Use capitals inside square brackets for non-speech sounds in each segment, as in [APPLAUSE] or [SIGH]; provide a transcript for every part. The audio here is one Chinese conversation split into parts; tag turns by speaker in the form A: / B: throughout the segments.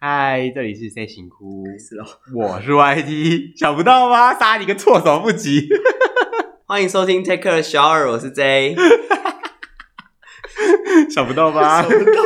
A: 嗨，这里是 C 型哭，
B: 开始了，
A: 我是 YT，想不到吧？杀你个措手不及！ [LAUGHS]
B: 欢迎收听 Take Care 小耳，我是 J。
A: 想不到吧
B: [LAUGHS] 想？不到，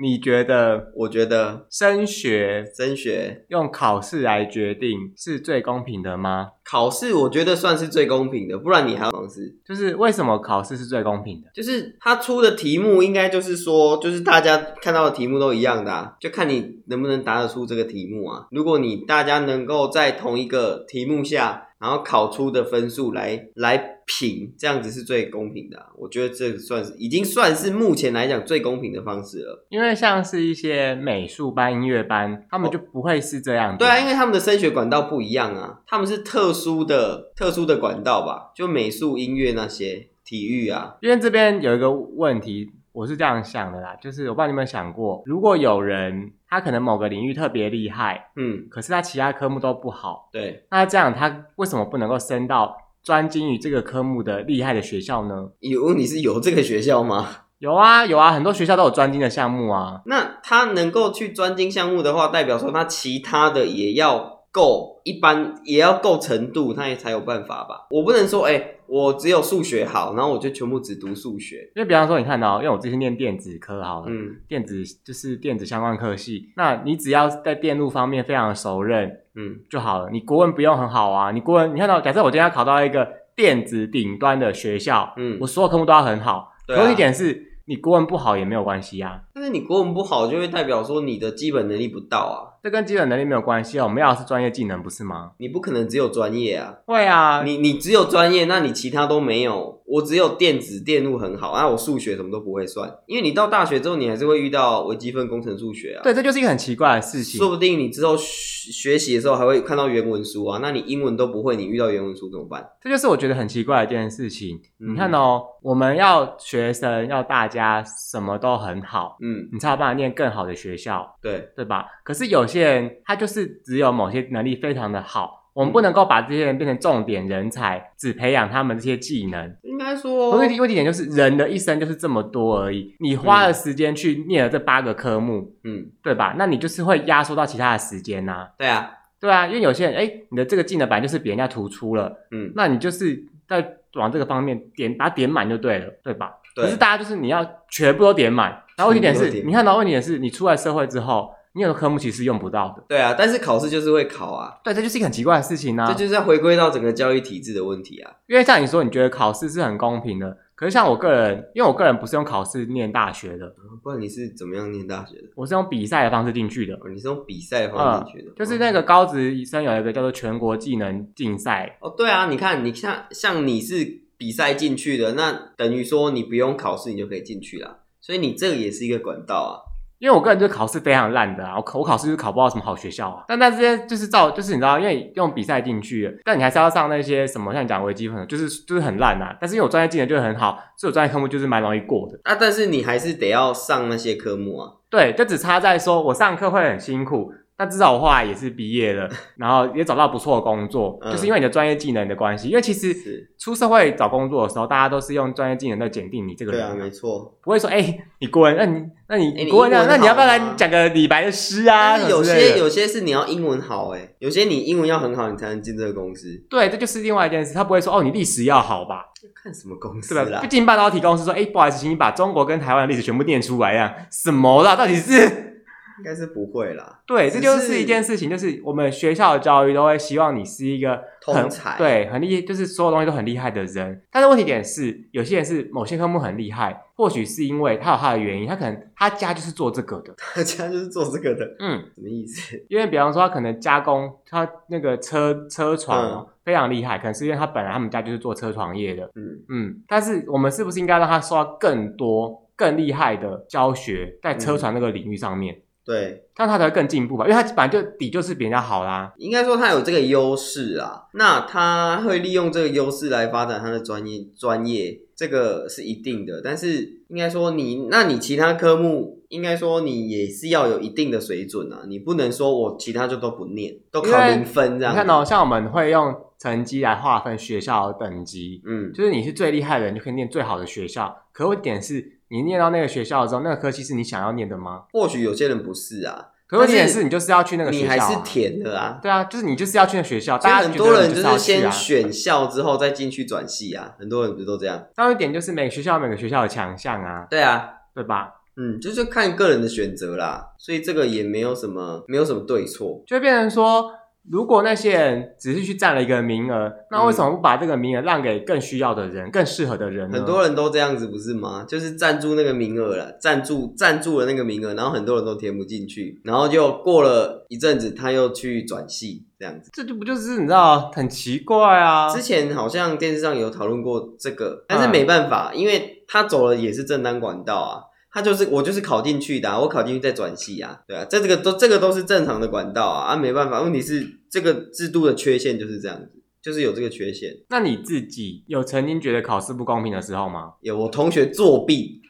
A: 你觉得
B: 我觉得
A: 升学
B: 升学
A: 用考试来决定是最公平的吗？
B: 考试，我觉得算是最公平的，不然你还要考试。
A: 就是为什么考试是最公平的？
B: 就是他出的题目，应该就是说，就是大家看到的题目都一样的、啊，就看你能不能答得出这个题目啊。如果你大家能够在同一个题目下，然后考出的分数来来评，这样子是最公平的啊、我觉得这算是已经算是目前来讲最公平的方式了。
A: 因为像是一些美术班、音乐班，他们就不会是这样子。
B: 对啊，因为他们的升学管道不一样啊，他们是特殊的特殊的管道吧，就美术、音乐那些、体育啊，
A: 因为这边有一个问题，我是这样想的啦，就是我不知道你有没有想过，如果有人他可能某个领域特别厉害，
B: 嗯，
A: 可是他其他科目都不好，
B: 对，
A: 那这样他为什么不能够升到专精于这个科目的厉害的学校呢？
B: 有你是有这个学校吗？ [LAUGHS]
A: 有啊有啊，很多学校都有专精的项目啊。
B: 那他能够去专精项目的话，代表说他其他的也要够一般，也要够程度，他也才有办法吧。我不能说，哎、我只有数学好，然后我就全部只读数学。
A: 因为比方说，你看到、因为我之前念电子科好了，
B: 嗯
A: 电子就是电子相关科系，那你只要在电路方面非常的熟认，
B: 嗯，
A: 就好了。你国文不用很好啊，你国文你看到，假设我今天要考到一个电子顶端的学校，
B: 嗯
A: 我所有科目都要很好。
B: 对啊
A: 可有一点是你国文不好也没有关系啊，
B: 但是你国文不好，就会代表说你的基本能力不到啊。
A: 这跟基本能力没有关系啊。我们要的是专业技能，不是吗？
B: 你不可能只有专业啊，
A: 会啊，
B: 你你只有专业，那你其他都没有。我只有电子电路很好，那啊我数学什么都不会算，因为你到大学之后，你还是会遇到微积分、工程数学啊。
A: 对，这就是一个很奇怪的事情
B: 说。不定你之后学学习的时候还会看到原文书啊，那你英文都不会，你遇到原文书怎么办？
A: 这就是我觉得很奇怪的一件事情。
B: 嗯
A: 你看哦，我们要学生要大家什么都很好，
B: 嗯，
A: 你才有办法念更好的学校。
B: 对，
A: 对吧？可是有些人他就是只有某些能力非常的好，我们不能够把这些人变成重点人才，只培养他们这些技能。
B: 应该说
A: 问题问题点就是人的一生就是这么多而已，你花了时间去念了这八个科目，
B: 嗯，
A: 对吧？那你就是会压缩到其他的时间呐、
B: 对啊，
A: 对啊，因为有些人哎，你的这个技能本来就是比人家突出了，
B: 嗯，
A: 那你就是在往这个方面点把它点满就对了，对吧？可是
B: 对，
A: 大家就是你要全部都点满，然后问题点
B: 全部都
A: 是，
B: 点满
A: 你看到问题点是你出来社会之后，你有的科目其实是用不到的。
B: 对啊，但是考试就是会考啊，
A: 对，这就是一个很奇怪的事情啊。
B: 这就是要回归到整个教育体制的问题啊。
A: 因为像你说，你觉得考试是很公平的，可是像我个人，因为我个人不是用考试念大学的，
B: 不然你是怎么样念大学的？
A: 我是用比赛的方式进去的，
B: 哦，你是用比赛方式去的、
A: 啊就是那个高职生有一个叫做全国技能竞赛，
B: 哦，对啊，你看，你像像你是比赛进去的，那等于说你不用考试，你就可以进去啦。所以你这个也是一个管道啊。
A: 因为我个人就是考试非常烂的啊，我考我考试就是考不到什么好学校啊。但但这些就是照就是你知道，因为用比赛进去的，但你还是要上那些什么像你讲微积分的，就是就是很烂啊。但是因为我专业技能就很好，所以我专业科目就是蛮容易过的。
B: 啊，但是你还是得要上那些科目啊。
A: 对，就只差在说我上课会很辛苦，但至少我后来也是毕业了，然后也找到不错的工作，
B: 嗯
A: 就是因为你的专业技能的关系。因为其实
B: 是，
A: 出社会找工作的时候，大家都是用专业技能在检定你这个
B: 对
A: 人
B: 啊，
A: 啊，
B: 没错。
A: 不会说哎、你国文，那你那你、
B: 哎你
A: 国文啊，
B: 英文
A: 那你要不要
B: 好
A: 来
B: 吗
A: 讲个李白的诗啊？
B: 但是有
A: 什么之类
B: 些
A: 的
B: 有些是你要英文好哎、有些你英文要很好，你才能进这个公司。
A: 对，这就是另外一件事，他不会说哦，你历史要好吧，
B: 看什么公司
A: 对吧？啊
B: 啦
A: 毕？竟半导体公司说，哎、不好意思，请你把中国跟台湾的历史全部念出来呀，什么啦？到底是？ [LAUGHS]
B: 应该是不会啦。
A: 对，这
B: 只
A: 就是一
B: 是
A: 件事情，就是我们学校的教育都会希望你是一个
B: 通
A: 很
B: 才 [LAUGHS]
A: 对，很厉，就是所有东西都很厉害的人。但是问题点是，有些人是某些科目很厉害，或许是因为他有他的原因，他可能他家就是做这个的，
B: 大家就是做这个的，
A: 嗯，
B: 什么意思？
A: 因为比方说他可能加工他那个车车床、哦非常厉害，可能是因为他本来他们家就是做车床业的，
B: 嗯，
A: 嗯。但是我们是不是应该让他受到更多更厉害的教学，在车床那个领域上面，
B: 对，
A: 这样他才会更进步吧？因为他本来就底就是比人家好啦。
B: 应该说他有这个优势啊，那他会利用这个优势来发展他的专业专业。这个是一定的，但是应该说你，那你其他科目应该说你也是要有一定的水准啊，你不能说我其他就都不念，都考
A: 因为
B: 零分这样。
A: 你看哦，像我们会用成绩来划分学校的等级，
B: 嗯，
A: 就是你是最厉害的人，你就可以念最好的学校。可问点是，你念到那个学校之后，那个科系是你想要念的吗？
B: 或许有些人不是啊，
A: 可问点
B: 但是
A: 是你就是要去那个
B: 你
A: 学校、
B: 还
A: 啊，
B: 是填的啊。
A: 对啊，就是你就是要去那个学校，
B: 所以
A: 大家
B: 很多人
A: 就是是要去
B: 先
A: 啊。
B: 选校之后再进去转系啊，很多人不是都这样？
A: 还有一点就是每个学校有每个学校的强项啊，
B: 对啊，
A: 对吧？
B: 嗯，就是看个人的选择啦，所以这个也没有什么没有什么对错。
A: 就会变成说，如果那些人只是去占了一个名额，那为什么不把这个名额让给更需要的人、更适合的人呢？
B: 很多人都这样子不是吗？就是占住那个名额了，占住占住了那个名额，然后很多人都填不进去，然后就过了一阵子，他又去转系这样子。
A: 这就不就是你知道很奇怪啊？
B: 之前好像电视上有讨论过这个，但是没办法，因为他走了也是正当管道啊。他就是我就是考进去的、啊，我考进去再转系啊，对啊，这这个都这个都是正常的管道啊，啊没办法，问题是这个制度的缺陷就是这样子，就是有这个缺陷。
A: 那你自己有曾经觉得考试不公平的时候吗？
B: 有我同学作弊，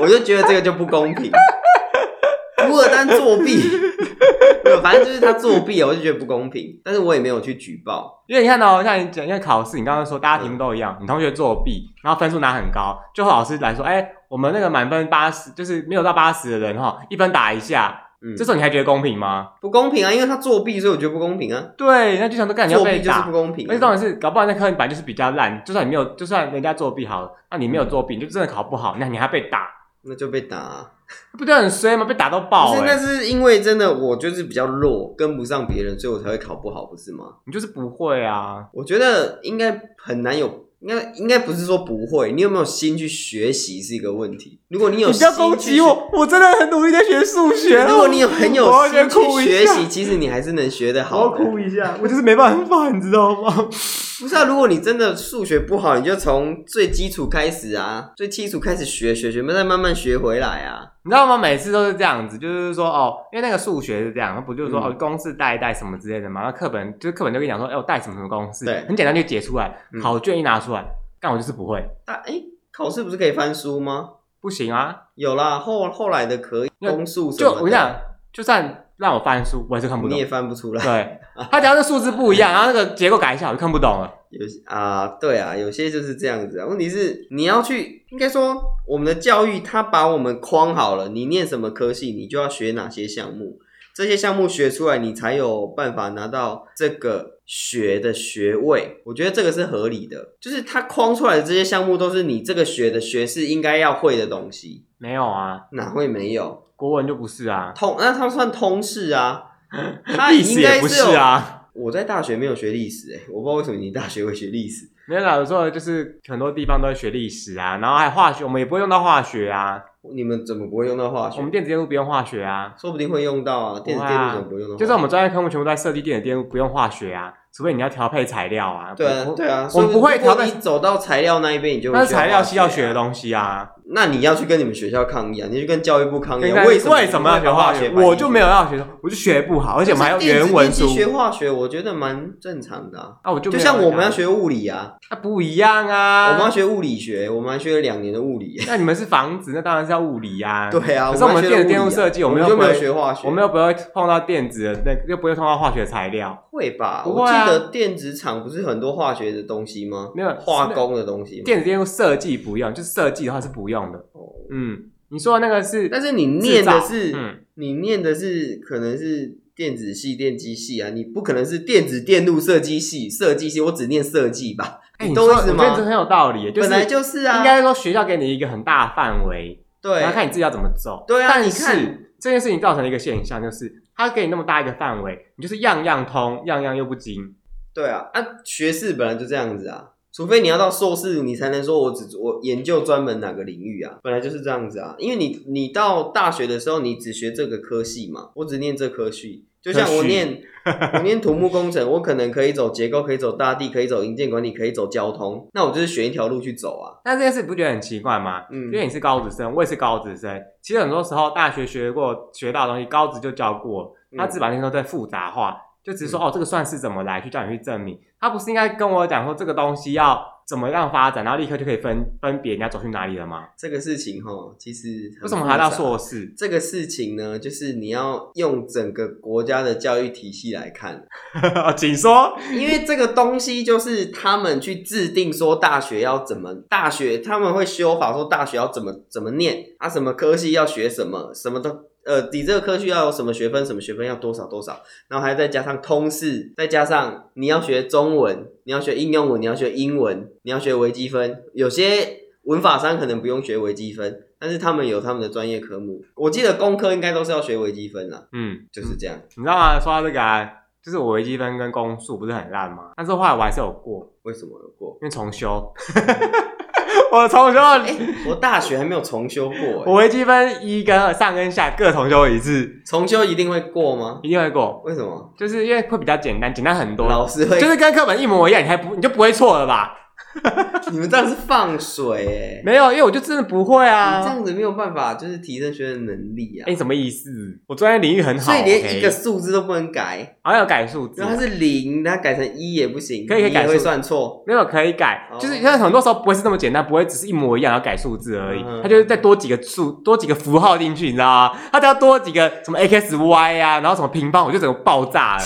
B: 我就觉得这个就不公平。古尔丹作弊，没有，反正就是他作弊啊，我就觉得不公平。但是我也没有去举报，
A: 因为你看到、像你讲，因为考试，你刚刚说大家题目都一样，你同学作弊，然后分数拿很高，最后老师来说，哎、我们那个满分八十，就是没有到八十的人哈，一分打一下，
B: 嗯
A: 这，时候你还觉得公平吗？
B: 不公平啊，因为他作弊，所以我觉得不公平啊。
A: 对，那就想说干你要
B: 作
A: 被
B: 弊就是
A: 打
B: 不。公平、啊
A: 而且重点是，搞不好那科你本来就是比较烂，就算你没有，就算人家作弊好了，那你没有作弊，你就真的考不好，那你还被打，
B: 那就被打、啊。
A: 不就很衰吗？被打到爆、
B: 不是，
A: 欸，
B: 那是因为真的我就是比较弱，跟不上别人，所以我才会考不好，不是吗？
A: 你就是不会啊。
B: 我觉得应该很难有，应该应该不是说不会，你有没有心去学习是一个问题。如果你有
A: 你不要
B: 心
A: 攻
B: 去
A: 击
B: 学
A: 我，我真的很努力在学数学。哦
B: 如果你有很有
A: 我要
B: 心
A: 先哭
B: 去
A: 一
B: 学
A: 下
B: 习，其实你还是能学得
A: 我要
B: 好的。
A: 哭一下，我就是没办法，你知道吗？ [LAUGHS]
B: 不是啊，如果你真的数学不好，你就从最基础开始啊，最基础开始学，学学，再慢慢学回来啊。
A: 你知道吗？每次都是这样子，就是说哦，因为那个数学是这样，它不就是说、
B: 嗯
A: 哦公式带一带什么之类的嘛，然后课本就是课本就跟你讲说，哎、我带什么什么公式
B: 对，
A: 很简单就解出来
B: 嗯，
A: 考卷一拿出来，但我就是不会，
B: 但哎、考试不是可以翻书吗？
A: 不行啊。
B: 有啦，后后来的可以
A: 那
B: 公数什
A: 就
B: 么的
A: 我跟你讲，就算让我翻书，我也是看不
B: 你
A: 懂
B: 也。翻不出来。
A: 对，它只要是数字不一样，然后那个结构改一下，我就看不懂了。
B: 有些啊，对啊，有些就是这样子啊。问题是你要去，应该说我们的教育，它把我们框好了，你念什么科系，你就要学哪些项目，这些项目学出来，你才有办法拿到这个学的学位。我觉得这个是合理的，就是它框出来的这些项目，都是你这个学的学士应该要会的东西，
A: 没有啊，
B: 哪会没有
A: 国文就不是啊，
B: 通？那它算通识
A: [LAUGHS]
B: 啊，它
A: 历史
B: 应该
A: 也不
B: 有
A: 是。啊。
B: 我在大学没有学历史、欸，我不知道为什么你大学会学历史。
A: 没有啦，有时候就是很多地方都会学历史啊，然后还有化学，我们也不会用到化学啊，
B: 你们怎么不会用到化学
A: 我？们电子电路不用化学啊，
B: 说不定会用到啊，电子电路怎么不会用到化学？
A: 就是我们专业科目全部都在设计电子电路，不用化学啊，除非你要调配材料啊。
B: 对啊
A: 不
B: 对啊，
A: 我们不会
B: 所以如
A: 调
B: 果你
A: 配，
B: 走到材料那一边，你就会
A: 那是材料系要
B: 学
A: 学
B: 啊
A: 的东西啊。
B: 那你要去跟你们学校抗议啊，你去跟教育部抗议
A: 应
B: 啊，
A: 该
B: 为什
A: 为什么要学化学？我就没
B: 有，
A: 有要学，我就学不好，而且我们还
B: 有
A: 有原文书。
B: 学化学，我觉得蛮正常的啊。
A: 啊，我就
B: 就
A: 没有
B: 像
A: 那个
B: 我们
A: 啊
B: 要，学物理啊，
A: 那不一样
B: 我
A: 啊。
B: 们要学物理学，我们还学了两年的物
A: [LAUGHS]
B: 理。
A: 那你们是房子，那当然是要物理呀。
B: 对啊，
A: 可是我们
B: 还学
A: 电
B: 了
A: 子电路
B: 物理啊
A: 设计
B: 我
A: 我们又
B: 就没有
A: 不会
B: 学化学，
A: 我们又不会碰到电子的那个，又不会碰到化学材料。
B: 会吧？
A: 不
B: 我
A: 会
B: 记
A: 啊
B: 得电子厂不是很多化学的东西吗？
A: 没有
B: 化工的东西吗。
A: 电子电路设计不用，就是设计的话是不用的。
B: 哦
A: 嗯，你说的那个是，
B: 但是你念的是，
A: 制造嗯
B: 你念的是可能是电子系、电机系啊，你不可能是电子电路设计系、设计系，我只念设计吧，
A: 哎，
B: 你
A: 你
B: 懂
A: 说
B: 我
A: 我
B: 意思
A: 觉
B: 吗
A: 得这很有道理，就是
B: 本来就是啊，
A: 应该说学校给你一个很大的范围，
B: 对
A: 然后看你自己要怎么走。
B: 对啊
A: 但
B: 你看
A: 是这件事情造成了一个现象，就是他给你那么大一个范围，你就是样样通，样样又不精。
B: 对啊，啊，学士本来就这样子啊。除非你要到硕士，你才能说我只我研究专门哪个领域啊，本来就是这样子啊。因为你你到大学的时候，你只学这个科系嘛，我只念这科系。就像我
A: 科系 [LAUGHS]
B: 念我念土木工程，我可能可以走结构，可以走大地，可以走营建管理，可以走交通，那我就是选一条路去走啊。
A: 但这件事你不觉得很奇怪吗？
B: 嗯
A: 因为你是高职生，我也是高职生。其实很多时候大学学过学到的东西，高职就教过，
B: 嗯
A: 他只把那些都在复杂化，就只是说哦这个算式怎么来，去叫你去证明。他不是应该跟我讲说这个东西要怎么样发展，然后立刻就可以分分别你要走去哪里了吗？
B: 这个事情哈，其实很
A: 为什么还要到
B: 复杂
A: 硕士？
B: [LAUGHS] 这个事情呢，就是你要用整个国家的教育体系来看，
A: 哦请说。
B: 因为这个东西就是他们去制定说大学要怎么，大学他们会修法说大学要怎么怎么念啊，什么科系要学什么，什么都呃，你这个科系要有什么学分，什么学分要多少多少，然后还再加上通识，再加上你要学中文，你要学应用文，你要学英文，你要学微积分，有些文法商可能不用学微积分，但是他们有他们的专业科目。我记得工科应该都是要学微积分啦，
A: 嗯，
B: 就是这样。
A: 你知道吗？说到这个啊，就是我微积分跟公数不是很烂吗？但是后来我还是有过，
B: 为什么有过？
A: [LAUGHS] 因为重
B: [LAUGHS]
A: 修。我重修了，
B: 哎我大学还没有重修过、欸，
A: 我微积分一跟二上跟下各重修一次，
B: 重修一定会过吗？
A: 一定会过，
B: 为什么？
A: 就是因为会比较简单，简单很多，
B: 老师会，
A: 啊就是跟课本一模一样，你还不你就不会错了吧？
B: [LAUGHS] 你们这样是放水哎、
A: 没有，因为我就真的不会啊。
B: 你这样子没有办法，就是提升学生的能力啊
A: 哎、。你什么意思？我专业领域很好，
B: 所以连一个
A: OK
B: 数字都不能改，
A: 好像有改数字
B: 然，后它是零，它改成一也不行，
A: 可以可以
B: 你
A: 改
B: 也
A: 数
B: 会算错。
A: 没有可以改，
B: 哦
A: 就是因为很多时候不会是这么简单，不会只是一模一样要改数字而已，
B: 嗯
A: 它就是再多几个数，多几个符号进去，你知道吗？它只要多几个什么 x y 啊，然后什么平方，我就整个爆
B: [LAUGHS]
A: 炸了，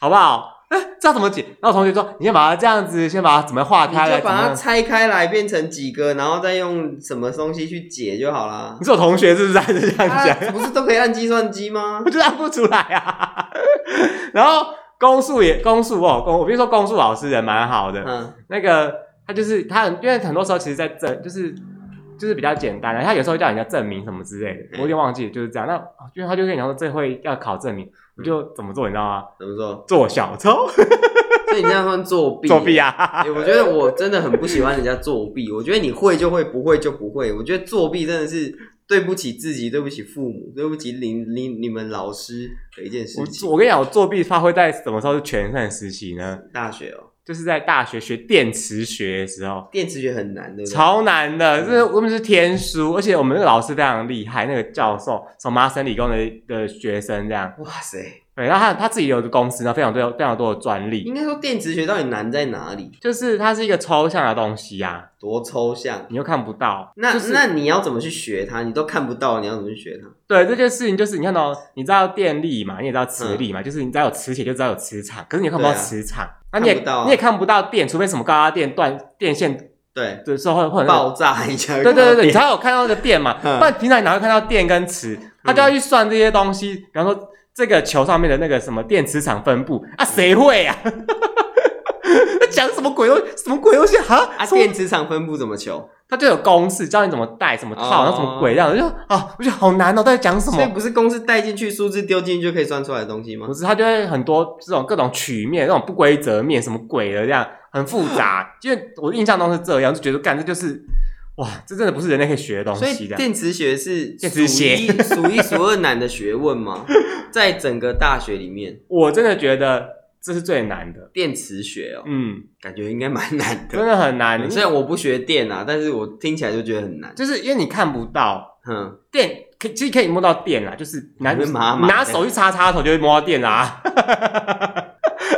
A: 好不好？哎、这要怎么解？然后我同学说，你先把它这样子，先把它怎么化
B: 你
A: 开来，怎
B: 就
A: 么
B: 把它
A: 样？
B: 拆开来变成几个，然后再用什么东西去解就好啦
A: 你。是我同学是不是还 [LAUGHS] 是这样讲？
B: 啊、不是都可以按计算机吗
A: [LAUGHS]
B: [LAUGHS]
A: 我？就按不出来啊。 [LAUGHS] 然后公数也公数哦，公我比如说公数老师人蛮好的，
B: 嗯，
A: 那个他就是他很，因为很多时候其实在证就是就是比较简单的，他有时候叫人家证明什么之类的，
B: 嗯
A: 我有点忘记了就是这样。那哦因为他就跟你讲说这会要考证明，我就怎么做你知道吗？
B: 怎么说？
A: 做小偷，
B: 所以你这样算作弊？
A: 作弊啊！
B: [LAUGHS] 欸我觉得我真的很不喜欢人家作弊。我觉得你会就会，不会就不会。我觉得作弊真的是对不起自己，对不起父母，对不起你你你们老师的一件事情。
A: 我我跟你讲，我作弊发挥在什么时候是全盛时期呢？
B: 大学哦，
A: 就是在大学学电磁学的时候，
B: 电磁学很难，对不对？
A: 超难的，就是我们是天书，而且我们那个老师非常厉害，那个教授从麻省理工的的学生这样，
B: 哇塞！
A: 对，然后他他自己有一个公司，然后非常多非常多的专利，
B: 应该说电磁学到底难在哪里？
A: 就是它是一个抽象的东西啊，
B: 多抽象。
A: 你又看不到。
B: 那、
A: 就是
B: 那你要怎么去学它？你都看不到，你要怎么去学它？
A: 对这件事情，就是你看到、你知道电力嘛，你也知道磁力嘛，就是你只要有磁铁就知道有磁场，可是你看不到
B: 嗯对啊
A: 磁场，那、你也
B: 看不到啊
A: 你也看不到电，除非什么高压电断电线
B: 对，
A: 的时候会会有那个。
B: 爆炸一下。
A: 呃对对对对，你才有看到那个电嘛，不
B: 嗯
A: 然平常你哪会看到电跟磁？他就要去算这些东西，比方说这个球上面的那个什么电磁场分布啊，谁会呀、啊？ [LAUGHS] 讲什么鬼东什么鬼东西啊？
B: 啊，
A: 什么
B: 电磁场分布怎么求？
A: 他就有公式教你怎么带、怎么套，
B: 哦
A: 然后怎么鬼这样，我就啊，我觉得好难哦，到底讲什
B: 所以
A: 么？
B: 不是公式带进去，数字丢进去就可以算出来的东西吗
A: 不？是，他就会很多这种各种曲面、那种不规则面、什么鬼的这样，很复杂。因为我印象中是这样，就觉得干这就是哇，这真的不是人类可以学的东
B: 所
A: 西
B: 以
A: 的。
B: 电磁学是
A: 电磁学 [LAUGHS]
B: 数一数一数二难的学问吗？ [LAUGHS] 在整个大学里面，
A: 我真的觉得这是最难的，
B: 电磁学哦，
A: 嗯，啊
B: 感觉应该蛮难
A: 真
B: 的。
A: 的很难。
B: 虽然我不学电啊，但是我听起来就觉得很难。
A: 就是因为你看不到
B: 哼，
A: 电，可其实可以摸到电啦，就是拿
B: 你会麻麻的
A: 拿手去插插头就会摸到电啦、啊。 [LAUGHS]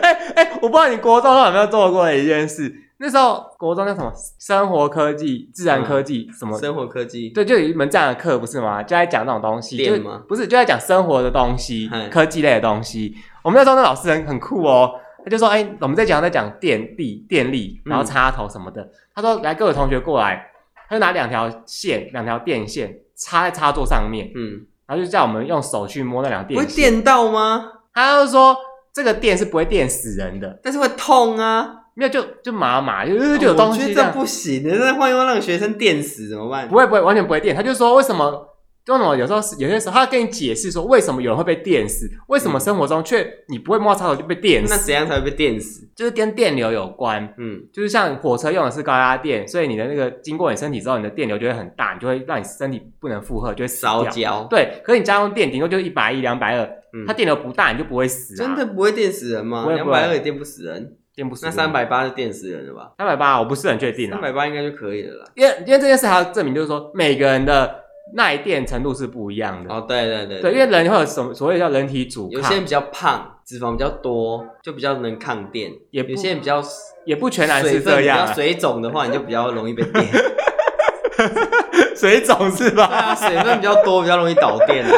A: 哎哎、我不知道你国中有没有做过的一件事，那时候国中叫什么生活科技、自然科技、什么。
B: 生活科技，
A: 对，就有一门这样的课，不是吗？就在讲那种东西，就
B: 电吗
A: 不是就在讲生活的东西
B: 嗨、
A: 科技类的东西。我们那时候那老师很很酷哦，他就说：“哎、我们在讲在讲电力、电力，然后
B: 嗯
A: 插头什么的。他说：“来，各位同学过来。”他就拿两条线，两条电线插在插座上面，
B: 嗯，
A: 然后就叫我们用手去摸那两条
B: 不会
A: 电线。
B: 电到吗？
A: 他就说：“这个电是不会电死人的。”
B: 但是会痛啊，哦
A: 没有，就就麻麻，就是就有东
B: 我
A: 西
B: 觉
A: 这
B: 得这
A: 样，
B: 不行，那换用让学生电死怎么办
A: 不？会不会完全不会电。他就说为什么为什么有时候是有些时候他跟你解释说为什么有人会被电死，为什么生活中却你不会摸到插头就被电
B: 那
A: 死，
B: 怎样才会被电死？
A: 就是跟电流有关。
B: 嗯，
A: 就是像火车用的是高压电，所以你的那个经过你身体之后，你的电流就会很大，你就会让你身体不能负荷，就会死
B: 烧
A: 掉。
B: 焦，
A: 对，可是你家用电顶多就是一百一、两百二，
B: 嗯
A: 它电流不大，你就不会死、啊。
B: 真的不会电死人吗？
A: 不会
B: 两
A: 不会
B: 百二也电不死人，
A: 电不死。
B: 那三百八就电死人了吧？
A: 三百八，我不是很确定啊
B: 三。百八应该就可以了啦。
A: 因为因为这件事还要证明，就是说每个人的耐电程度是不一样的。
B: 哦，对对对
A: 对，因为人会有什么所谓叫人体阻
B: 有些
A: 抗，
B: 人比较胖，脂肪比较多，就比较能抗电；
A: 也不
B: 有些人比较
A: 也不全然
B: 水
A: 是
B: 分
A: 这
B: 比
A: 样、
B: 较
A: 啊，
B: 水肿的话，你就比较容易被电。
A: [LAUGHS] 水肿是吧？
B: 对啊，水分比较多，比较容易导电啊。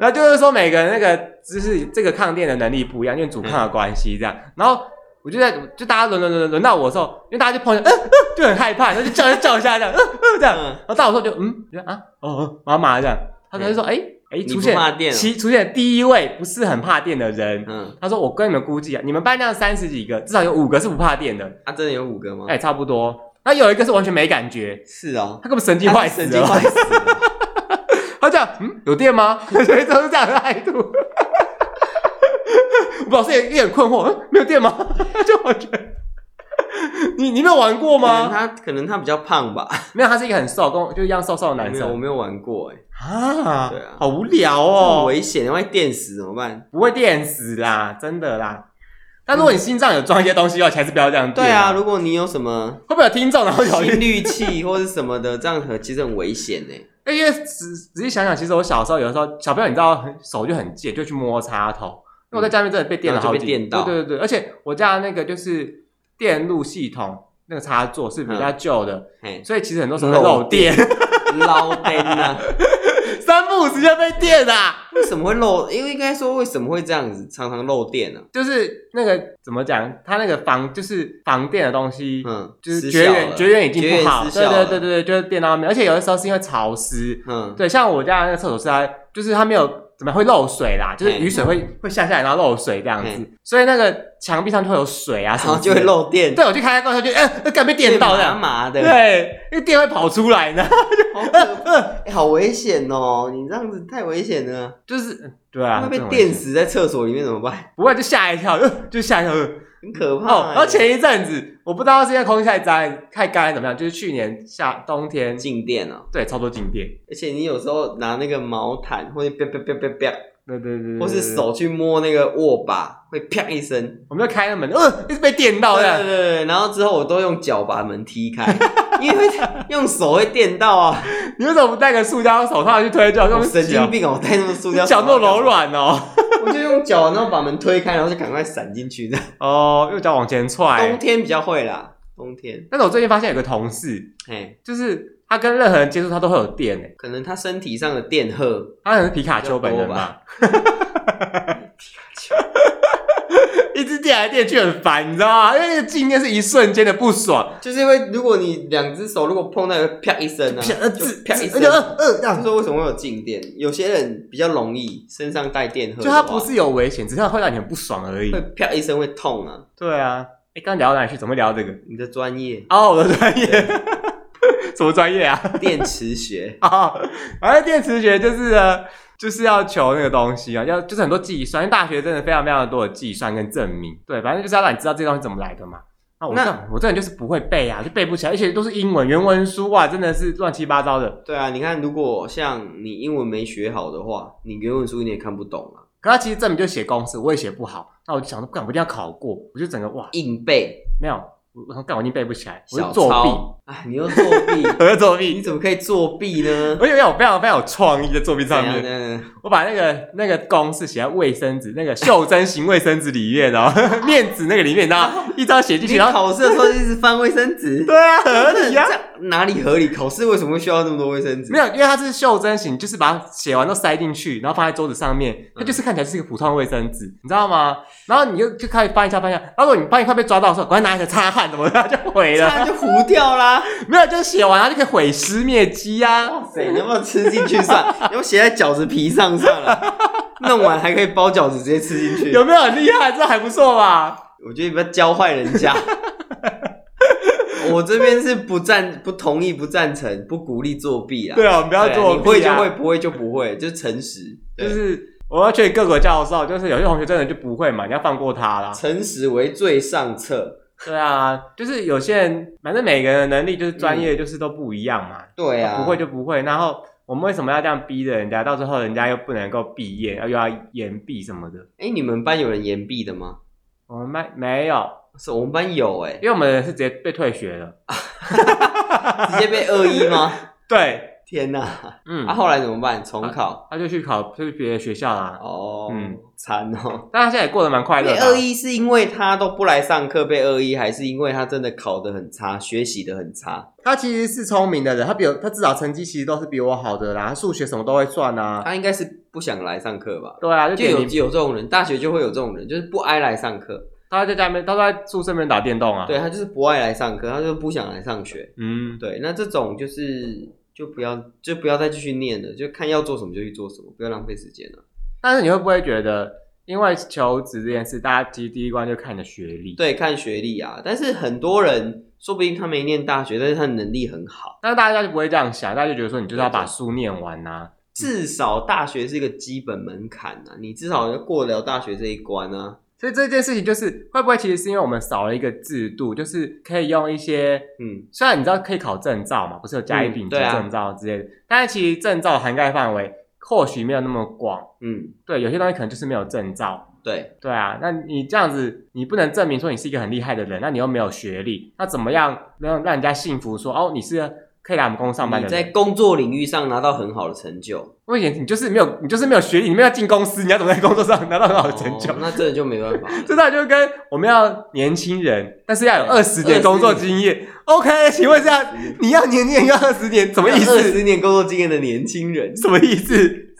A: 然后就是说每个人那个就是这个抗电的能力不一样，因为阻抗的关系这样。
B: 嗯
A: 然后我就在就大家轮轮轮轮轮到我的时候，因为大家就碰见，嗯、嗯，就很害怕，然后就叫叫一下这样，嗯、嗯、这样。
B: 嗯，
A: 然后到我时候就嗯，就啊哦哦麻麻这样。他可能说哎哎、
B: 嗯你
A: 出
B: 不
A: 现
B: 怕电哦
A: 其出现第一位不是很怕电的人。
B: 嗯，
A: 他说：“我跟你们估计啊，你们班这样三十几个，至少有五个是不怕电的，
B: 啊，真的有五个吗？
A: 哎、差不多。那有一个是完全没感觉，
B: 是哦，
A: 他根本神经坏死
B: 神
A: 了。
B: 经坏死
A: [LAUGHS]
B: 了。
A: 他这样，嗯，有电吗？ [LAUGHS] 所以都是这样的态度。 [LAUGHS] 老师也也很困惑，嗯，没有电吗？ [LAUGHS] 就我觉得，你你没有玩过
B: 可能
A: 吗？
B: 他可能他比较胖吧，
A: 没有，他是一个啊很瘦，跟我就一样瘦瘦的男
B: 没有，我
A: 生
B: 没有玩过哎，
A: 啊
B: 对啊
A: 好无聊
B: 很
A: 哦，
B: 危险，万一电死怎么办？
A: 不会电死啦，真的啦。但如果你心脏有装一些东西的话，还是不要这样
B: 对
A: 电
B: 啊，，如果你有什
A: [LAUGHS]
B: 么
A: 会不会有听众然后有
B: 心率器或者什么的，这样很其实很危险哎呢。
A: 哎因为仔仔细想想，其实我小时候有的时候，小朋友你知道很手就很贱，就去摸插头。因为我在家里面真的被电了好几，
B: 嗯然后就被电到
A: 对对对，对而且我家那个就是电路系统那个插座是比较
B: 嗯
A: 旧的，
B: 嘿，
A: 所以其实很多时候会漏电， [LAUGHS]
B: 捞灯啊，
A: 三不五时就被电啊。
B: 为什么会漏？因为应该说为什么会这样子，常常漏电啊呢？
A: 就是那个怎么讲，它那个防就是防电的东西，
B: 嗯，
A: 就是
B: 失
A: 绝
B: 效
A: 缘
B: 了
A: 绝缘已经不好，
B: 绝缘失
A: 对
B: 效
A: 对
B: 了
A: 对对对，就是电到后面，而且有的时候是因为潮湿，
B: 嗯，
A: 对，像我家那个厕所是它，就是它没有怎么会漏水啦，就是
B: 嘿
A: 雨水会会下下来，然后漏水这样子
B: 嘿，
A: 所以那个墙壁上就会有水啊什
B: 然
A: 么
B: 后
A: 之
B: 就
A: 类的，
B: 会漏电，
A: 对，我去开开关的时候就，哎、那干被电到这
B: 麻
A: 样，
B: 麻的，
A: 对，因为电会跑出来呢， [LAUGHS]
B: 好可怕，哎 [LAUGHS] 好危险哦！你这样子太危险了，
A: 就是对啊，
B: 会
A: 这
B: 被
A: 种
B: 电
A: 东西，
B: 死在厕所里面怎么办？
A: 不会就吓一跳，呃就
B: [LAUGHS]
A: 吓一跳。呃
B: 很可怕
A: 哦
B: 哎。，
A: 然后前一阵子我不知道是因为空气太脏、太干怎么样，就是去年夏冬天，
B: 静电哦，
A: 对，超多静电，
B: 而且你有时候拿那个毛毯或者啪啪啪啪啪，
A: 对对对，对
B: 或是，手去摸那个握把，会啪一声。
A: 我们就开那门，呃，一直被电到
B: 对
A: 这
B: 对
A: 样，
B: 对对，然后之后我都用脚把门踢开， [LAUGHS] 因为会用手会电到啊。
A: 你为什么不戴个塑胶手套去推就好？
B: 我
A: 跟
B: 神经病哦，我戴那么
A: [LAUGHS]
B: 塑胶，啊
A: 脚啊那么柔，软哦。
B: 我就用脚然后把门推开，然后就赶快闪进去。这样
A: [LAUGHS] 哦，右脚往前
B: 冬
A: 踹。
B: 天比较会啦，冬天，
A: 但是我最近发现有个同事，
B: 嘿，
A: 就是他跟任何人接触，他都会有电诶。
B: 可能他身体上的电荷
A: 他可能是皮卡丘本人吧。 [LAUGHS] 一直电来电去很烦，你知道吗？因为那个静电是一瞬间的不爽，
B: 就是因为如果你两只手如果碰到，啪一声啊，
A: 啪呃
B: 就
A: 自
B: 啪一
A: 自
B: 声。
A: 呃呃这
B: 他
A: 样，
B: 说为什么会有静电？有些人比较容易身上带电荷的
A: 就
B: 话，
A: 它不是有危险，只是它会让你很不爽而已
B: 会。啪一声会痛啊。
A: 对啊，哎，刚聊到哪里去？怎么聊这个？
B: 你的专业
A: 哦，我的专业， [LAUGHS] 什么专业啊？
B: 电磁
A: [LAUGHS]
B: 学， [LAUGHS]
A: 啊，反正电磁学就是呢，就是要求那个东西啊，要就是很多计算，因为大学真的非常非常多的计算跟证明，对，反正就是要让你知道这东西怎么来的嘛。那我这
B: 那
A: 样我这人就是不会背啊，就背不起来，而且都是英文原文书啊，真的是乱七八糟的。
B: 对啊，你看，如果像你英文没学好的话，你原文书你也看不懂啊，
A: 可他其实证明就写公式，我也写不好，那我就想说，不敢，我一定要考过，我就整个哇，
B: 硬背
A: 没有，我我干，我已经背不起来，我就
B: 小
A: 作弊，
B: 抄，哎，你又作弊，
A: 我就作
B: 你
A: 弊， [LAUGHS]
B: 怎么可以作弊呢？
A: 而且我非常非常有创意的作弊 [LAUGHS]
B: 怎
A: 上
B: 样
A: 面
B: 怎，样？
A: 我把那个那个公式写在卫生纸那个袖珍型卫生纸里面，然后 [LAUGHS] 面纸那个里面，然后一张写进去，
B: 你
A: 然后
B: 考试的时候一直翻卫生纸，
A: [LAUGHS] 对啊，合理啊
B: 这，样哪里合理？考试为什么会需要那么多卫生纸？
A: 没有，因为它是袖珍型，就是把它写完都塞进去，然后放在桌子上面，
B: 嗯
A: 它就是看起来是一个普通卫生纸，你知道吗？然后你就就开始翻一下翻一下，然后如果你翻一块被抓到的时候，赶快拿一个擦汗，怎么它 [LAUGHS] 就毁
B: 这
A: 了？
B: 样就糊掉啦。
A: 没有，就是写完它就可以毁尸灭迹啊！
B: 谁能不能吃进去
A: [LAUGHS]
B: 算？要不要写在饺子皮上算了？弄完还可以包饺子直接吃进去。
A: 有没有很厉害？这还不错吧？
B: 我觉得你不要教坏人家。
A: [LAUGHS]
B: 我这边是不赞、不同意、不赞成、不鼓励作弊啦。
A: 对啊，我们不
B: 对啊，
A: 要做、
B: 你会就会，不会就不会，就诚实。
A: 就
B: 对，啊
A: 是我要劝各个教授，就是有些同学真的就不会嘛，你要放过他
B: [LAUGHS]
A: 啦。
B: 诚实为最上策。
A: 对啊，就是有些人，反正每个人的能力就是专业就是都不一样嘛，
B: 对啊，
A: 不会就不会。然后我们为什么要这样逼着人家？到最后人家又不能够毕业，又要延毕什么的。
B: 哎、你们班有人延毕的吗？
A: 我们班没有，
B: 是我们班有哎、
A: 因为我们是直接被退学了。 [LAUGHS]
B: 直接被恶意吗？
A: 对，
B: 天哪！
A: 嗯，
B: 啊，后来怎么办？重考？
A: 他就去考，就去别的学校啦。
B: 哦
A: 嗯，
B: 惨哦。
A: 但他现在也过得蛮快乐
B: 被
A: 的啊。
B: 恶意是因为他都不来上课被恶意，还是因为他真的考得很差，学习的很差？
A: 他其实是聪明的人，他比我他至少成绩其实都是比我好的啦，他数学什么都会算啊。
B: 他应该是不想来上课吧？
A: 对啊，就
B: 就
A: 点
B: 有
A: 名，
B: 有这种人，大学就会有这种人，就是不爱来上课。
A: 他在家里面，他都在宿舍里面打电动啊。
B: 对，他就是不爱来上课，他就是不想来上学。
A: 嗯，
B: 对，那这种就是就不要就不要再继续念了，就看要做什么就去做什么，不要浪费时间了。啊
A: 但是你会不会觉得，因为求职这件事，大家其实第一关就看你的学历。，
B: 对，看学历啊，但是很多人说不定他没念大学，但是他能力很好，
A: 但是大家就不会这样想，大家就觉得说你就是要把书念完啊呐、
B: 至少大学是一个基本门槛啊，你至少要过得了大学这一关啊。
A: 所以这件事情就是会不会其实是因为我们少了一个制度，就是可以用一些
B: 嗯，
A: 虽然你知道可以考证照嘛，不是有甲乙丙级
B: 嗯对啊
A: 证照之类的，但是其实证照涵盖范围或许没有那么广。
B: 嗯，
A: 对，有些东西可能就是没有证照。
B: 对，
A: 对啊，那你这样子，你不能证明说你是一个很厉害的人，那你又没有学历，那怎么样让让人家信服说哦，你是可以来我们公司上班
B: 你
A: 的
B: 在
A: 人？
B: 工作领域上拿到很好的成就，
A: 问题你就是没有，你就是没有学历，你没有进公司，你要怎么在工作上拿到很好的成就
B: 哦？那真的就没办法
A: [LAUGHS]
B: 了。
A: 这大就跟我们要年轻人，但是要有二十年
B: 20
A: 工作经验。OK，请问一下，你要年轻人要二十年，什么意
B: 二
A: 思？
B: 十年工作经验的年轻人，
A: 什么意思？
B: [LAUGHS]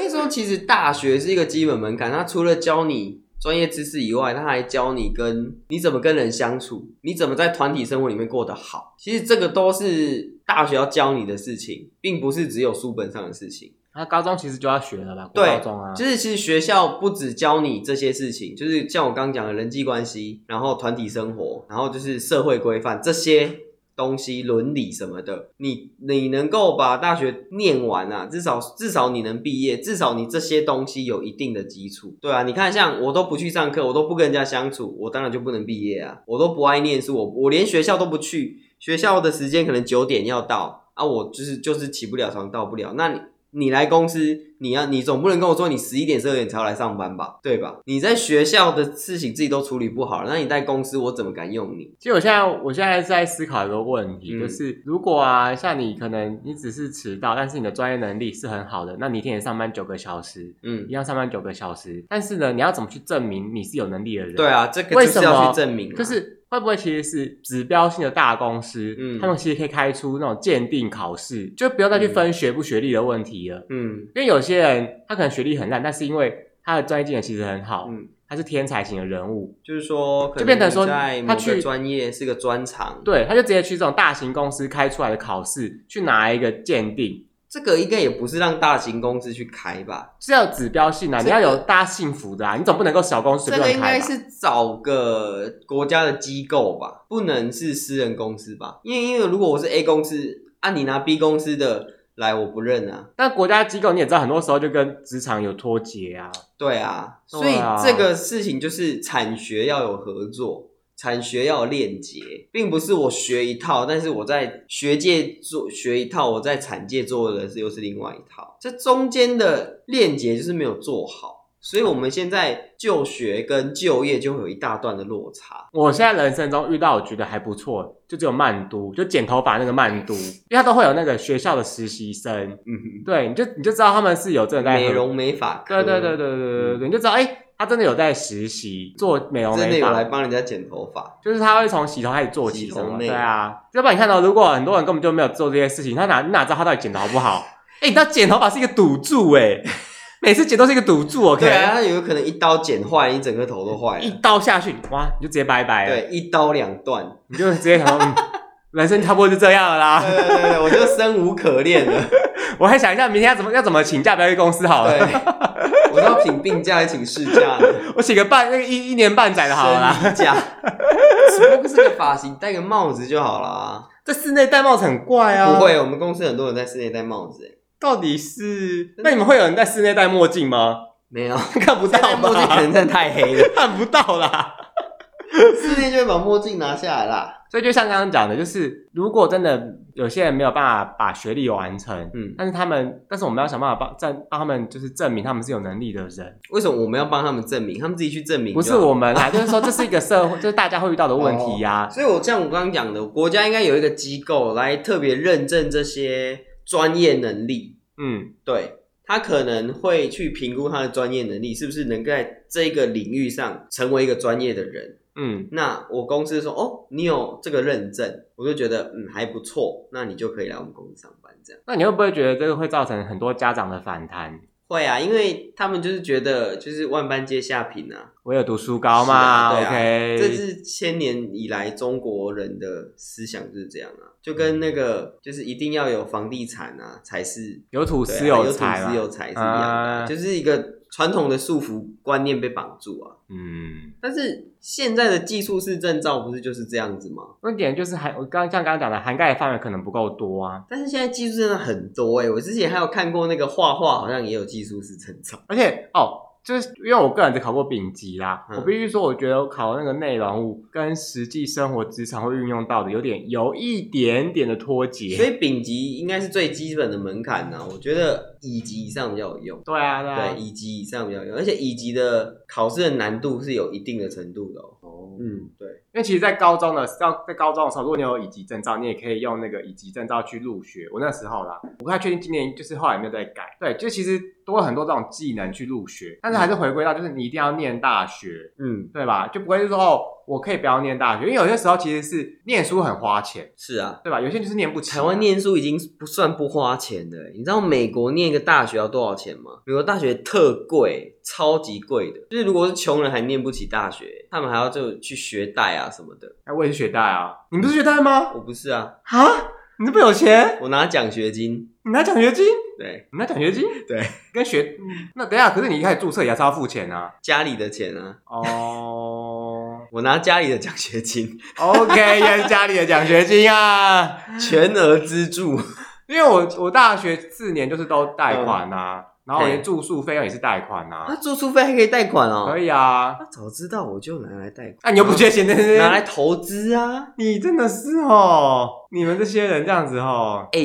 B: 那时候其实大学是一个基本门槛，它除了教你专业知识以外，它还教你跟你怎么跟人相处，你怎么在团体生活里面过得好。其实这个都是大学要教你的事情，并不是只有书本上的事情。
A: 他高中其实就要学了吧？国
B: 对
A: 高中啊，
B: 就是其实学校不只教你这些事情，就是像我刚刚讲的人际关系，然后团体生活，然后就是社会规范这些东西、伦理什么的。你你能够把大学念完啊，至少至少你能毕业，至少你这些东西有一定的基础。对啊，你看像我都不去上课，我都不跟人家相处，我当然就不能毕业啊。我都不爱念书，我我连学校都不去，学校的时间可能九点要到啊，我就是就是起不了床，到不了。那你你来公司，你要你总不能跟我说你十一点十二点才要来上班吧，对吧？你在学校的事情自己都处理不好，那你在公司我怎么敢用你？
A: 其实我现在我现在是在思考一个问题，
B: 嗯
A: 就是如果啊，像你可能你只是迟到，但是你的专业能力是很好的，那你一天也上班九个小时，
B: 嗯
A: 一，样上班九个小时，但是呢，你要怎么去证明你是有能力的人？
B: 对，啊，这个
A: 为
B: 就
A: 什
B: 是
A: 么
B: 要去证明、啊，
A: 就是会不会其实是指标性的大公司，
B: 嗯
A: 他们其实可以开出那种鉴定考试，就不用再去分学不学历的问题了，
B: 嗯
A: 因为有些人他可能学历很烂，但是因为他的专业技能其实很好，
B: 嗯，
A: 他是天才型的人物，
B: 就是说，
A: 就变成说
B: 可能你在
A: 他
B: 某
A: 去
B: 个专业是个专长，，
A: 对，他就直接去这种大型公司开出来的考试去拿一个鉴定，
B: 这个应该也不是让大型公司去开吧，
A: 是要有指标性啊，你
B: 这个
A: 要有大家幸福的啊，你总不能够小公司
B: 这
A: 随
B: 个
A: 便
B: 应
A: 开
B: 该
A: 吧？
B: 是找个国家的机构吧，不能是私人公司吧，因为因为如果我是 A 公司，啊，你拿 B 公司的来，我不认啊。
A: 但国家机构你也知道，很多时候就跟职场有脱节啊，
B: 对啊，所
A: 对
B: 以
A: 啊
B: 这个事情就是产学要有合作，产学要有链接，并不是我学一套，但是我在学界做学一套，我在产界做的是又是另外一套，这中间的链接就是没有做好，所以我们现在就学跟就业就会有一大段的落差。
A: 我现在人生中遇到我觉得还不错，就只有曼都，就剪头发那个曼
B: [LAUGHS]
A: 都，因为他都会有那个学校的实习生，
B: 嗯，
A: 对，你就你就知道他们是有真的在合
B: 美，容美发科，
A: 对对对对对对对对，你就知道哎、他真的有在实习做美容
B: 真的
A: 美
B: 有来
A: 发，
B: 帮人家剪头发，
A: 就是他会从洗头开始做起，
B: 洗
A: 什
B: 头
A: 么
B: 妹
A: 对啊，要不然你看到、如果很多人根本就没有做这些事情，他哪你哪知道他到底剪的好不
B: [LAUGHS]
A: 好？哎、你知道剪头发是一个赌注哎、 [LAUGHS] 每次剪都是一个赌注，OK，、
B: 对啊，他有可能一刀剪坏，你整个头都坏
A: 一
B: 了，
A: 刀下去，哇，你就直接拜拜了，
B: 对，一刀两断。 [LAUGHS]
A: 你就直接想说，嗯，人生差不多就这样了啦。
B: 对对对，我就生无可恋了。
A: 我还想一下明天要怎么要怎么请假，不要去公司好了。
B: 对， [LAUGHS] 我要请病假，也请事假的，
A: 我请个半那个一一年半载的好了啦。
B: 生理假，只不过是个发型，戴个帽子就好啦。
A: 在室内戴帽子很怪啊，
B: 不会，我们公司很多人在室内戴帽子，欸
A: 到底是那你们会有人在室内戴墨镜吗？ [LAUGHS]
B: 没有，
A: 看不到
B: 戴
A: 吧
B: 墨
A: [LAUGHS]
B: 镜可能真的太黑了，
A: 看不到啦。
B: 室内就会把墨镜拿下来啦。
A: 所以就像刚刚讲的，就是如果真的有些人没有办法把学历完成，
B: 嗯，
A: 但是他们，但是我们要想办法帮证帮他们，就是证明他们是有能力的人，
B: 为什么我们要帮他们证明？他们自己去证明。
A: 不是，我们啊啦，就是说这是一个社会， [LAUGHS] 就是大家会遇到的问题呀、
B: 所以我像我刚刚讲的，国家应该有一个机构来特别认证这些专业能力，
A: 嗯，
B: 对他可能会去评估他的专业能力是不是能在这个领域上成为一个专业的人。
A: 嗯，
B: 那我公司说哦，你有这个认证，我就觉得嗯还不错，那你就可以来我们公司上班这样。
A: 那你会不会觉得这个会造成很多家长的反弹？
B: 会啊，因为他们就是觉得就是万般皆下品啊，
A: 我有读书高
B: 是
A: 嘛、
B: 啊对
A: o
B: 啊
A: k
B: 这是千年以来中国人的思想就是这样啊，就跟那个就是一定要有房地产啊才是
A: 有土
B: 对啊
A: 司
B: 有土
A: 财嘛
B: 司有财是一样的啊、
A: 啊
B: 就是一个传统的束缚观念被绑住啊。
A: 嗯，
B: 但是现在的技术式证照不是就是这样子吗？
A: 问点就是涵，我刚像刚刚讲的，涵盖的范围可能不够多啊。
B: 但是现在技术真的很多哎、我之前还有看过那个画画，好像也有技术式证照。
A: 而且哦，就是因为我个人只考过丙级啦，
B: 嗯
A: 我必须说，我觉得我考那个内容物跟实际生活职场会运用到的有点有一点点的脱节。
B: 所以丙级应该是最基本的门槛呢、啊我觉得乙级以上比较有用。
A: 对啊，对啊
B: 对，，乙级以上比较有用，而且乙级的考试的难度是有一定的程度的哦。
A: 哦
B: 嗯，对，
A: 因为其实，在高中的要在高中的时候，如果你有乙级证照，你也可以用那个乙级证照去入学。我那时候啦，我不太确定今年就是后来有没有在改。对，就其实多了很多这种技能去入学，但是还是回归到就是你一定要念大学，
B: 嗯，
A: 对吧？就不会是说哦，我可以不要念大学，因为有些时候其实是念书很花钱，
B: 是啊，
A: 对吧？有些人就是念不起。
B: 台湾念书已经不算不花钱的，你知道美国念一个大学要多少钱吗？美国大学特贵，超级贵的，就是如果是穷人还念不起大学，他们还要就去学贷啊什么的。
A: 哎，我也是学贷啊，你不是学贷吗？
B: 我不是啊，
A: 啊，你这么有钱，
B: 我拿奖学金，
A: 你拿奖学金，
B: 对，
A: 你拿奖学金，
B: 对，嗯
A: 跟学那等一下，可是你一开始注册也是要付钱啊。
B: 家里的钱啊，
A: 哦
B: 我拿家里的奖
A: [LAUGHS]
B: 学金，
A: ，OK，也是家里的奖学金啊，
B: 全额资助。
A: 因为我我大学四年就是都贷款
B: 嗯
A: 啊，然后我连住宿费用也是贷款
B: 啊，
A: 啊，
B: 住宿费还可以贷款哦。
A: 可以啊。
B: 啊，早知道我就拿来贷款。
A: 那、你又不缺钱，真是
B: 拿来投资啊！
A: 你真的是哦，你们这些人这样子哦，
B: 哎、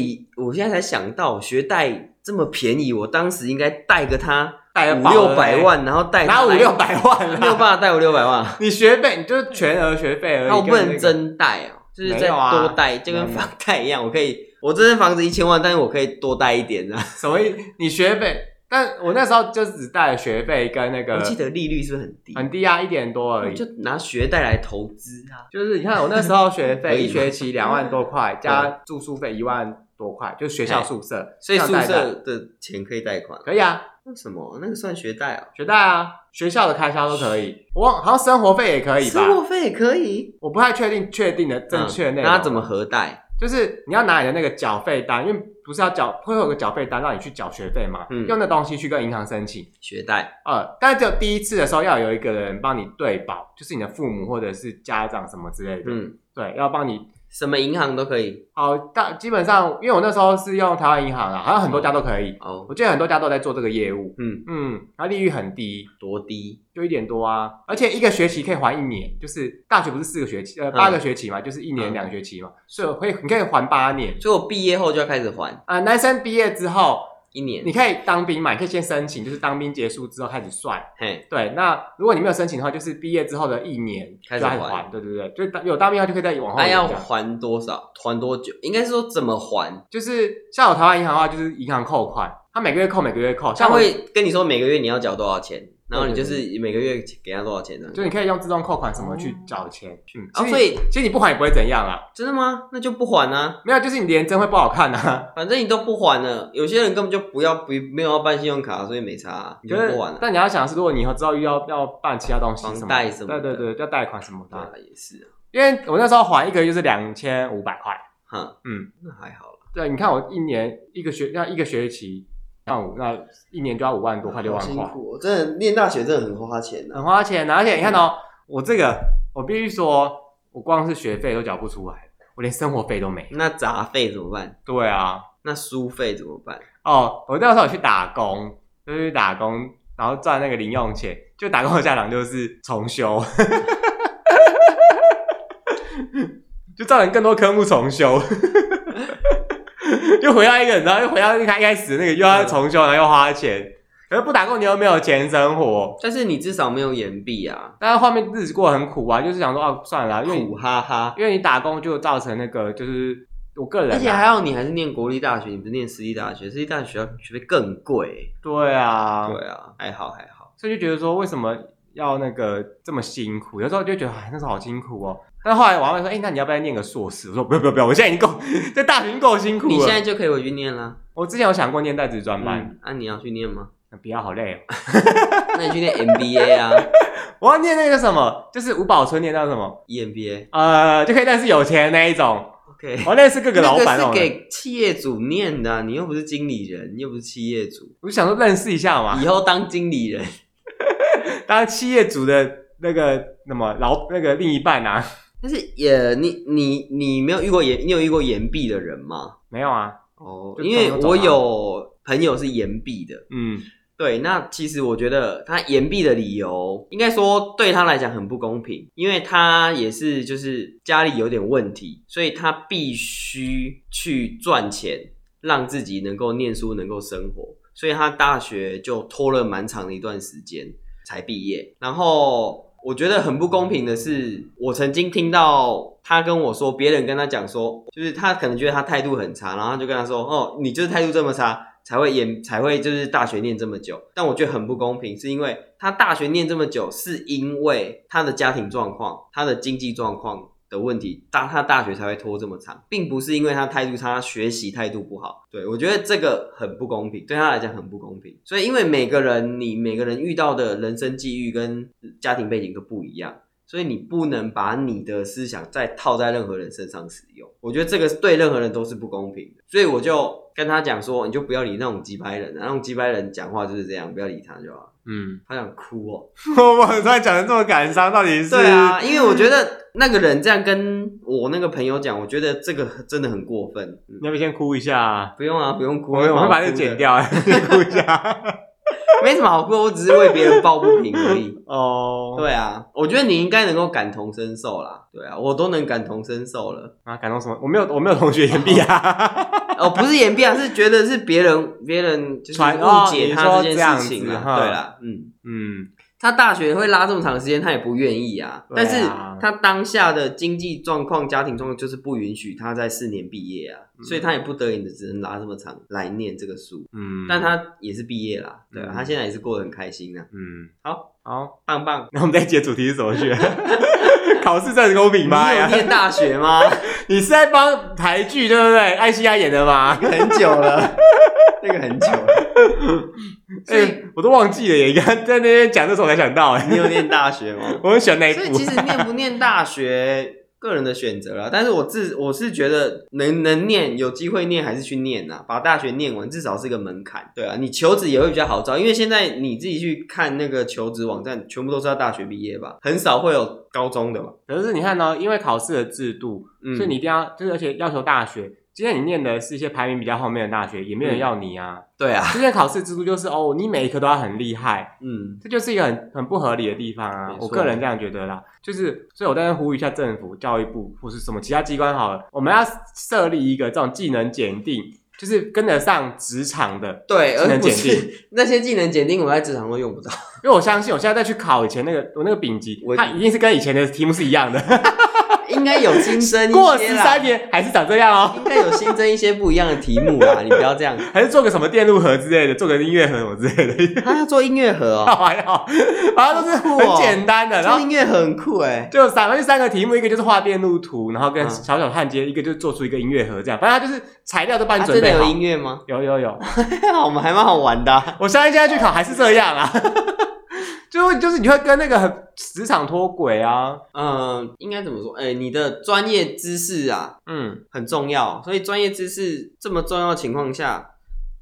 B: 我现在才想到，学贷这么便宜，我当时应该贷个他
A: 贷个
B: 五
A: 宝
B: 六百
A: 嘞，
B: 万，然后贷
A: 拿
B: 他
A: 五六，百万啊
B: 没有
A: 啦，
B: 办法贷五六百 [LAUGHS] 万，
A: 你学费你就是全额学费而已，
B: 那我不
A: 跟那
B: 能
A: 个
B: 真贷啊，就是
A: 没
B: 再
A: 有啊
B: 多贷，就跟
A: 没有
B: 房贷一样，我可以，我这间房子一千万，但是我可以多贷一点啊。
A: 什么意？你学费？但我那时候就只带了学费跟那个，
B: 我记得利率是不是很低？
A: 很低啊，一点多而
B: 我
A: 已。
B: 就拿学贷来投资啊。
A: 就是你看我那时候学
B: 可以
A: 费
B: 吗
A: 一学期两万多块，加住宿费一万多块，就是学校宿舍，
B: [LAUGHS] 所以
A: 这
B: 宿
A: 样贷
B: 舍的钱可以贷款，
A: 可以啊，
B: 那什么那个算学贷啊？
A: 学贷啊，学校的开销都可以。我忘好像生活费也可以吧，
B: 嗯生活费也可以，
A: 我不太确定确定的正确内容。
B: 嗯那他怎么？核贷？
A: 就是你要拿你的那个缴费单，因为不是要缴会有个缴费单让你去缴学费嘛，
B: 嗯
A: 用那东西去跟银行申请。
B: 学贷
A: 呃，但是只有第一次的时候要有一个人帮你对保，就是你的父母或者是家长什么之类的，
B: 嗯。
A: 对，要帮你。
B: 什么银行都可以
A: 好，大基本上，因为我那时候是用台湾银行啊啦，好像很多家都可以，
B: 哦
A: 我，记得很多家都在做这个业务。
B: 嗯，
A: 嗯，然后利率很低，
B: 多低？
A: 就一点多啊，而且一个学期可以还一年，就是大学不是四个学期，呃，八个学期嘛，就是一年
B: 嗯
A: 两个学期嘛，所以会你可以还八年。
B: 所以我毕业后就要开始还
A: 啊、男生毕业之后，
B: 一年
A: 你，可以当兵嘛，你可以先申请，就是当兵结束之后开始算。
B: 嘿，
A: 对，那如果你没有申请的话，就是毕业之后的一年
B: 开始
A: 就要
B: 还
A: 还，对对对，就当有当兵的话就可以再往后
B: 那
A: 延这
B: 要
A: 样。
B: 还多少？还多久？应该是说怎么还？
A: 就是像我台湾银行的话，就是银行扣款，他每个月扣，每个月扣，
B: 他
A: 像我
B: 会跟你说每个月你要缴多少钱，然后你
A: 对
B: 就
A: 对
B: 是每个月给他多少钱呢？
A: 就你可以用自动扣款什么去缴钱。嗯，其
B: 哦，
A: 实
B: 所以
A: 其实你不还也不会怎样啊，
B: 真的吗？那就不还啊，
A: 没有，就是你连征会不好看啊。
B: 反正你都不还了。有些人根本就不要不没有要办信用卡，所以没差啊，你就
A: 可是
B: 不还了。
A: 但你要想的是，如果你以后之后要要办其他东西
B: 房
A: 什么，
B: 贷什么的
A: 对对对，要贷款什么的
B: 对
A: 啊
B: 啊，。也是啊，
A: 因为我那时候还一个月就是两千五百块，
B: 哈，
A: 嗯，
B: 那还好了，
A: 对，你看我一年一个学那一个学期，那五那一年就要五万多，快六
B: 好
A: 万
B: 辛
A: 块，
B: 苦哦，真的念大学真的很花钱啊。
A: 很花钱啊。而且你看哦，我这个我必须说，我光是学费都缴不出来，我连生活费都没。
B: 那杂费怎么办？
A: 对啊，
B: 那书费怎么办？
A: 哦，我那时候有去打工，就是去打工，然后赚那个零用钱。就打工的家长就是重修， [LAUGHS] 就造成更多科目重修。 [LAUGHS] 又回到一个，然后又回到一开一开始那个，又要重修，然后又花钱，可是不打工你又没有钱生活，
B: 但是你至少没有延毕啊，
A: 但是后面日子过得很苦啊，就是想说啊，算了啦因为你
B: 苦哈哈。
A: 因为你打工就造成那个就是我个人、啊，
B: 而且还好你还是念国立大学，你不是念私立大学，私立大学学费更贵。
A: 对啊，
B: 对啊，还好还好。
A: 所以就觉得说为什么要那个这么辛苦？有时候就觉得哎，那时候好辛苦哦。但后来我妈妈说，哎、那你要不要念个硕士？我说不要不要不要，我现在已经够 [LAUGHS] 在大学已经够辛苦了。
B: 你现在就可以回去念啦。
A: 我之前有想过念在职专班，
B: 嗯，啊，你要去念吗？
A: 比较好累哦。 [LAUGHS]
B: 那你去念 MBA [LAUGHS] 啊
A: 我要念那个什么，就是吴宝春念到什么，
B: ，EMBA。
A: 呃，就可以认识有钱的那一种，
B: OK，
A: 我要认识各个老板
B: 那
A: 哦
B: 个是。给企业主念的啊、你又不是经理人，你又不是企业主，
A: 我就想说认识一下嘛，
B: 以后当经理人，
A: [LAUGHS] 当然企业主的那个那么老那个另一半啊，
B: [LAUGHS] 但是也你你你没有遇过岩，你有遇过岩壁的人吗？
A: 没有啊，
B: 哦，
A: 就
B: 因为
A: 懂懂啊
B: 我有朋友是岩壁的，
A: 嗯，
B: 对，那其实我觉得他延毕的理由，应该说对他来讲很不公平，因为他也是就是家里有点问题，所以他必须去赚钱，让自己能够念书，能够生活，所以他大学就拖了蛮长的一段时间才毕业。然后我觉得很不公平的是，我曾经听到他跟我说，别人跟他讲说，就是他可能觉得他态度很差，然后他就跟他说，哦，你就是态度这么差。才会演，才会就是大学念这么久，但我觉得很不公平，是因为他大学念这么久，是因为他的家庭状况、他的经济状况的问题，大他大学才会拖这么长，并不是因为他态度差、他学习态度不好。对我觉得这个很不公平，对他来讲很不公平。所以，因为每个人你每个人遇到的人生际遇跟家庭背景都不一样。所以你不能把你的思想再套在任何人身上使用，我觉得这个对任何人都是不公平的。所以我就跟他讲说，你就不要理那种鸡掰人、啊，那种鸡掰人讲话就是这样，不要理他就好了。
A: 嗯，
B: 他想哭哦， [LAUGHS]
A: 我突然讲的这么感伤，到底是
B: 对啊，因为我觉得那个人这样跟我那个朋友讲，我觉得这个真的很过分。嗯
A: 你要不要先哭一下、啊？
B: 不用啊，不用哭
A: 我
B: 啊，
A: 们我会把
B: 这
A: 这个剪，
B: [LAUGHS]
A: 掉，先哭一下。
B: 没什么好哭的，我只是为别人抱不平而已。
A: 哦，
B: [LAUGHS] 对啊，我觉得你应该能够感同身受啦。对啊，我都能感同身受了。
A: 啊，感动什么？我没有，我没有同学言毕啊， [LAUGHS]
B: 哦，不是演变啊，是觉得是别人别人就是
A: 传
B: 误解他
A: 哦你说
B: 这
A: 这
B: 件
A: 样
B: 事情
A: 子
B: 啦，
A: 哈
B: 对啦，嗯，
A: 嗯，
B: 他大学会拉这么长时间，他也不愿意啊。
A: 对
B: 但是
A: 啊
B: 他当下的经济状况、家庭状况就是不允许他在四年毕业啊，所以他也不得已的只能拉这么长来念这个书。
A: 嗯，
B: 但他也是毕业啦，对啊，
A: 嗯
B: 他现在也是过得很开心啊，
A: 嗯，
B: 好
A: 好，
B: 棒棒。
A: 那我们这一节主题是什么去？ [LAUGHS] 考试真的公
B: 你
A: 平吗？
B: 有念大
A: [LAUGHS]
B: 学吗？
A: 啊你是在帮台剧对不对？艾希亚演的吗？
B: 很久
A: [LAUGHS]
B: 了，那个很久了。 [LAUGHS] 所
A: 哎、
B: 以
A: 我都忘记了耶，刚刚在那边讲的时候我才想到，哎，
B: 你有念大学吗？
A: 我很喜欢那一
B: 所以
A: 部 [LAUGHS]
B: 其。实念不念大学，个人的选择啦。但是我自我是觉得能能念，有机会念还是去念呐、把大学念完至少是个门槛。对啊，你求职也会比较好找，因为现在你自己去看那个求职网站，全部都是要大学毕业吧，很少会有高中的吧。
A: 可是你看呢、因为考试的制度，
B: 嗯，
A: 所以你一定要，就是而且要求大学。今天你念的是一些排名比较后面的大学，也没有
B: 嗯
A: 人要你啊。
B: 对啊，
A: 之前考试制度就是哦，你每一科都要很厉害，
B: 嗯，
A: 这就是一个很很不合理的地方啊
B: 没。错
A: 我个人这样觉得啦，就是所以我在这呼吁一下政府、教育部或是什么其他机关好了，我们要设立一个这种技能检定，就是跟得上职场的
B: 对，
A: 技
B: 而
A: 能
B: 不
A: 检定。
B: 是那些技能检定，我在职场都用不到。
A: 因为我相信我现在再去考以前那个我那个丙级
B: 我，
A: 它一定是跟以前的题目是一样的。
B: 应该有新增
A: [LAUGHS]
B: 一
A: 过了
B: 些
A: 十
B: 啦
A: 三，年还是长这样哦，
B: 应该有新增一些不一样的题目啦。你不要这样，
A: 还是做个什么电路盒之类的，做个音乐盒什么之类
B: [LAUGHS]
A: 的，
B: 他要做音乐盒哦，
A: 还好，反正都是
B: 好酷哦
A: 很简单的。然
B: 做
A: 后
B: 音乐盒很酷哎、
A: 就三反正三个题目，一个就是画电路图，然后跟
B: 嗯
A: 小小焊接，一个就是做出一个音乐盒这样。反正它就是材料都帮你
B: 啊
A: 准
B: 真的
A: 备
B: 有
A: 好。
B: 音乐吗？
A: 有有有， [LAUGHS]
B: 我们还蛮好玩的啊、
A: 我相信现在去考还是这样啊， [LAUGHS] 就就是你会跟那个很职场脱轨啊，
B: 嗯，应该怎么说？哎、你的专业知识啊
A: 嗯，
B: 很重要，所以专业知识这么重要的情况下，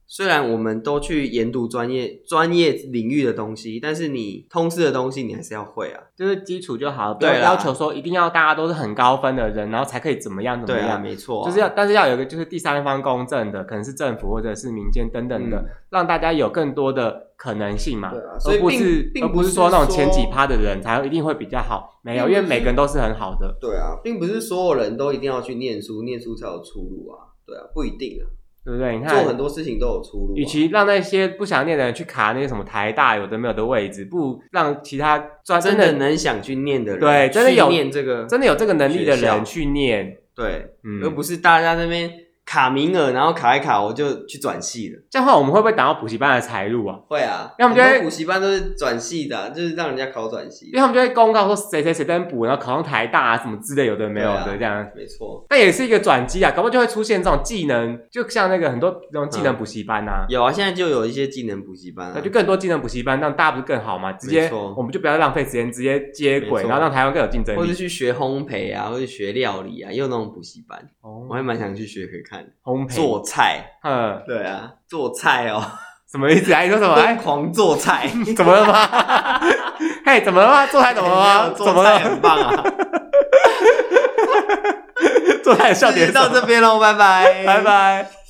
B: 虽然我们都去研读专业专业领域的东西，但是你通识的东西你还是要会啊。
A: 就是基础就好了，不要
B: 对啦
A: 要求说一定要大家都是很高分的人，然后才可以怎么样怎
B: 对
A: 么
B: 啊，
A: 样。
B: 没错啊、
A: 就是要，但是要有一个就是第三方公正的，可能是政府或者是民间等等的，
B: 嗯
A: 让大家有更多的可能性嘛，
B: 对啊所以
A: 而不
B: 并
A: 是
B: 并
A: 而
B: 不
A: 不是
B: 是
A: 说那种
B: 说
A: 前几趴的人才一定会比较好，没有，
B: 并
A: 因为
B: 不
A: 每
B: 是
A: 个人都是很好的。
B: 对啊，并不是所有人都一定要去念书，念书才有出路啊。对啊，不一定啊，
A: 对不对？你
B: 做很
A: 看，
B: 多事情都有出路、啊。
A: 与其让那些不想念的人去卡那些什么台大有的没有的位置，不如让其他专
B: 真
A: 的
B: 的能想去念的人，
A: 对真的
B: 去
A: 有
B: 念这个，
A: 真的有这个能力的
B: 学校
A: 人去念，
B: 对，
A: 嗯，
B: 而不是大家那边卡名额，然后卡一卡我就去转系了。
A: 这样的话，我们会不会挡到补习班的财路啊？
B: 会啊，
A: 要么就会
B: 很多补习班都是转系的啊、就是让人家考转系
A: 因为。他们就会公告说谁谁谁在补，然后考上台大啊什么之类，有的没有
B: 对啊
A: 的这样。
B: 没错，
A: 但也是一个转机啊，搞不好就会出现这种技能，就像那个很多那种技能
B: 嗯
A: 补习班呐、
B: 有啊，现在就有一些技能补习班
A: 那
B: 啊
A: 就，更多技能补习班，让大家不是更好嘛？直接
B: 没错
A: 我们就不要浪费时间，直接接轨，
B: 没错
A: 然后让台湾更有竞争
B: 或是
A: 力。
B: 去学烘焙啊，或是学料理啊，也有那种补习班，我
A: 哦，
B: 还蛮想去学学看。
A: 烘焙，
B: 做菜，
A: 嗯，
B: 对啊，做菜哦，
A: 什么意思啊？你说
B: [LAUGHS]
A: 什么？
B: 疯
A: 哎，
B: 狂做菜，
A: 怎么了吗？ [LAUGHS] 嘿，怎么了吗？做 [LAUGHS] 菜怎么了
B: [LAUGHS] 没
A: 吗？
B: 有
A: 怎
B: 做
A: 么
B: 菜
A: 了？
B: 很棒
A: [LAUGHS]
B: 啊！
A: 做菜的笑
B: 今
A: 点
B: 天
A: 是什么
B: 到这边喽，拜拜，
A: 拜。拜。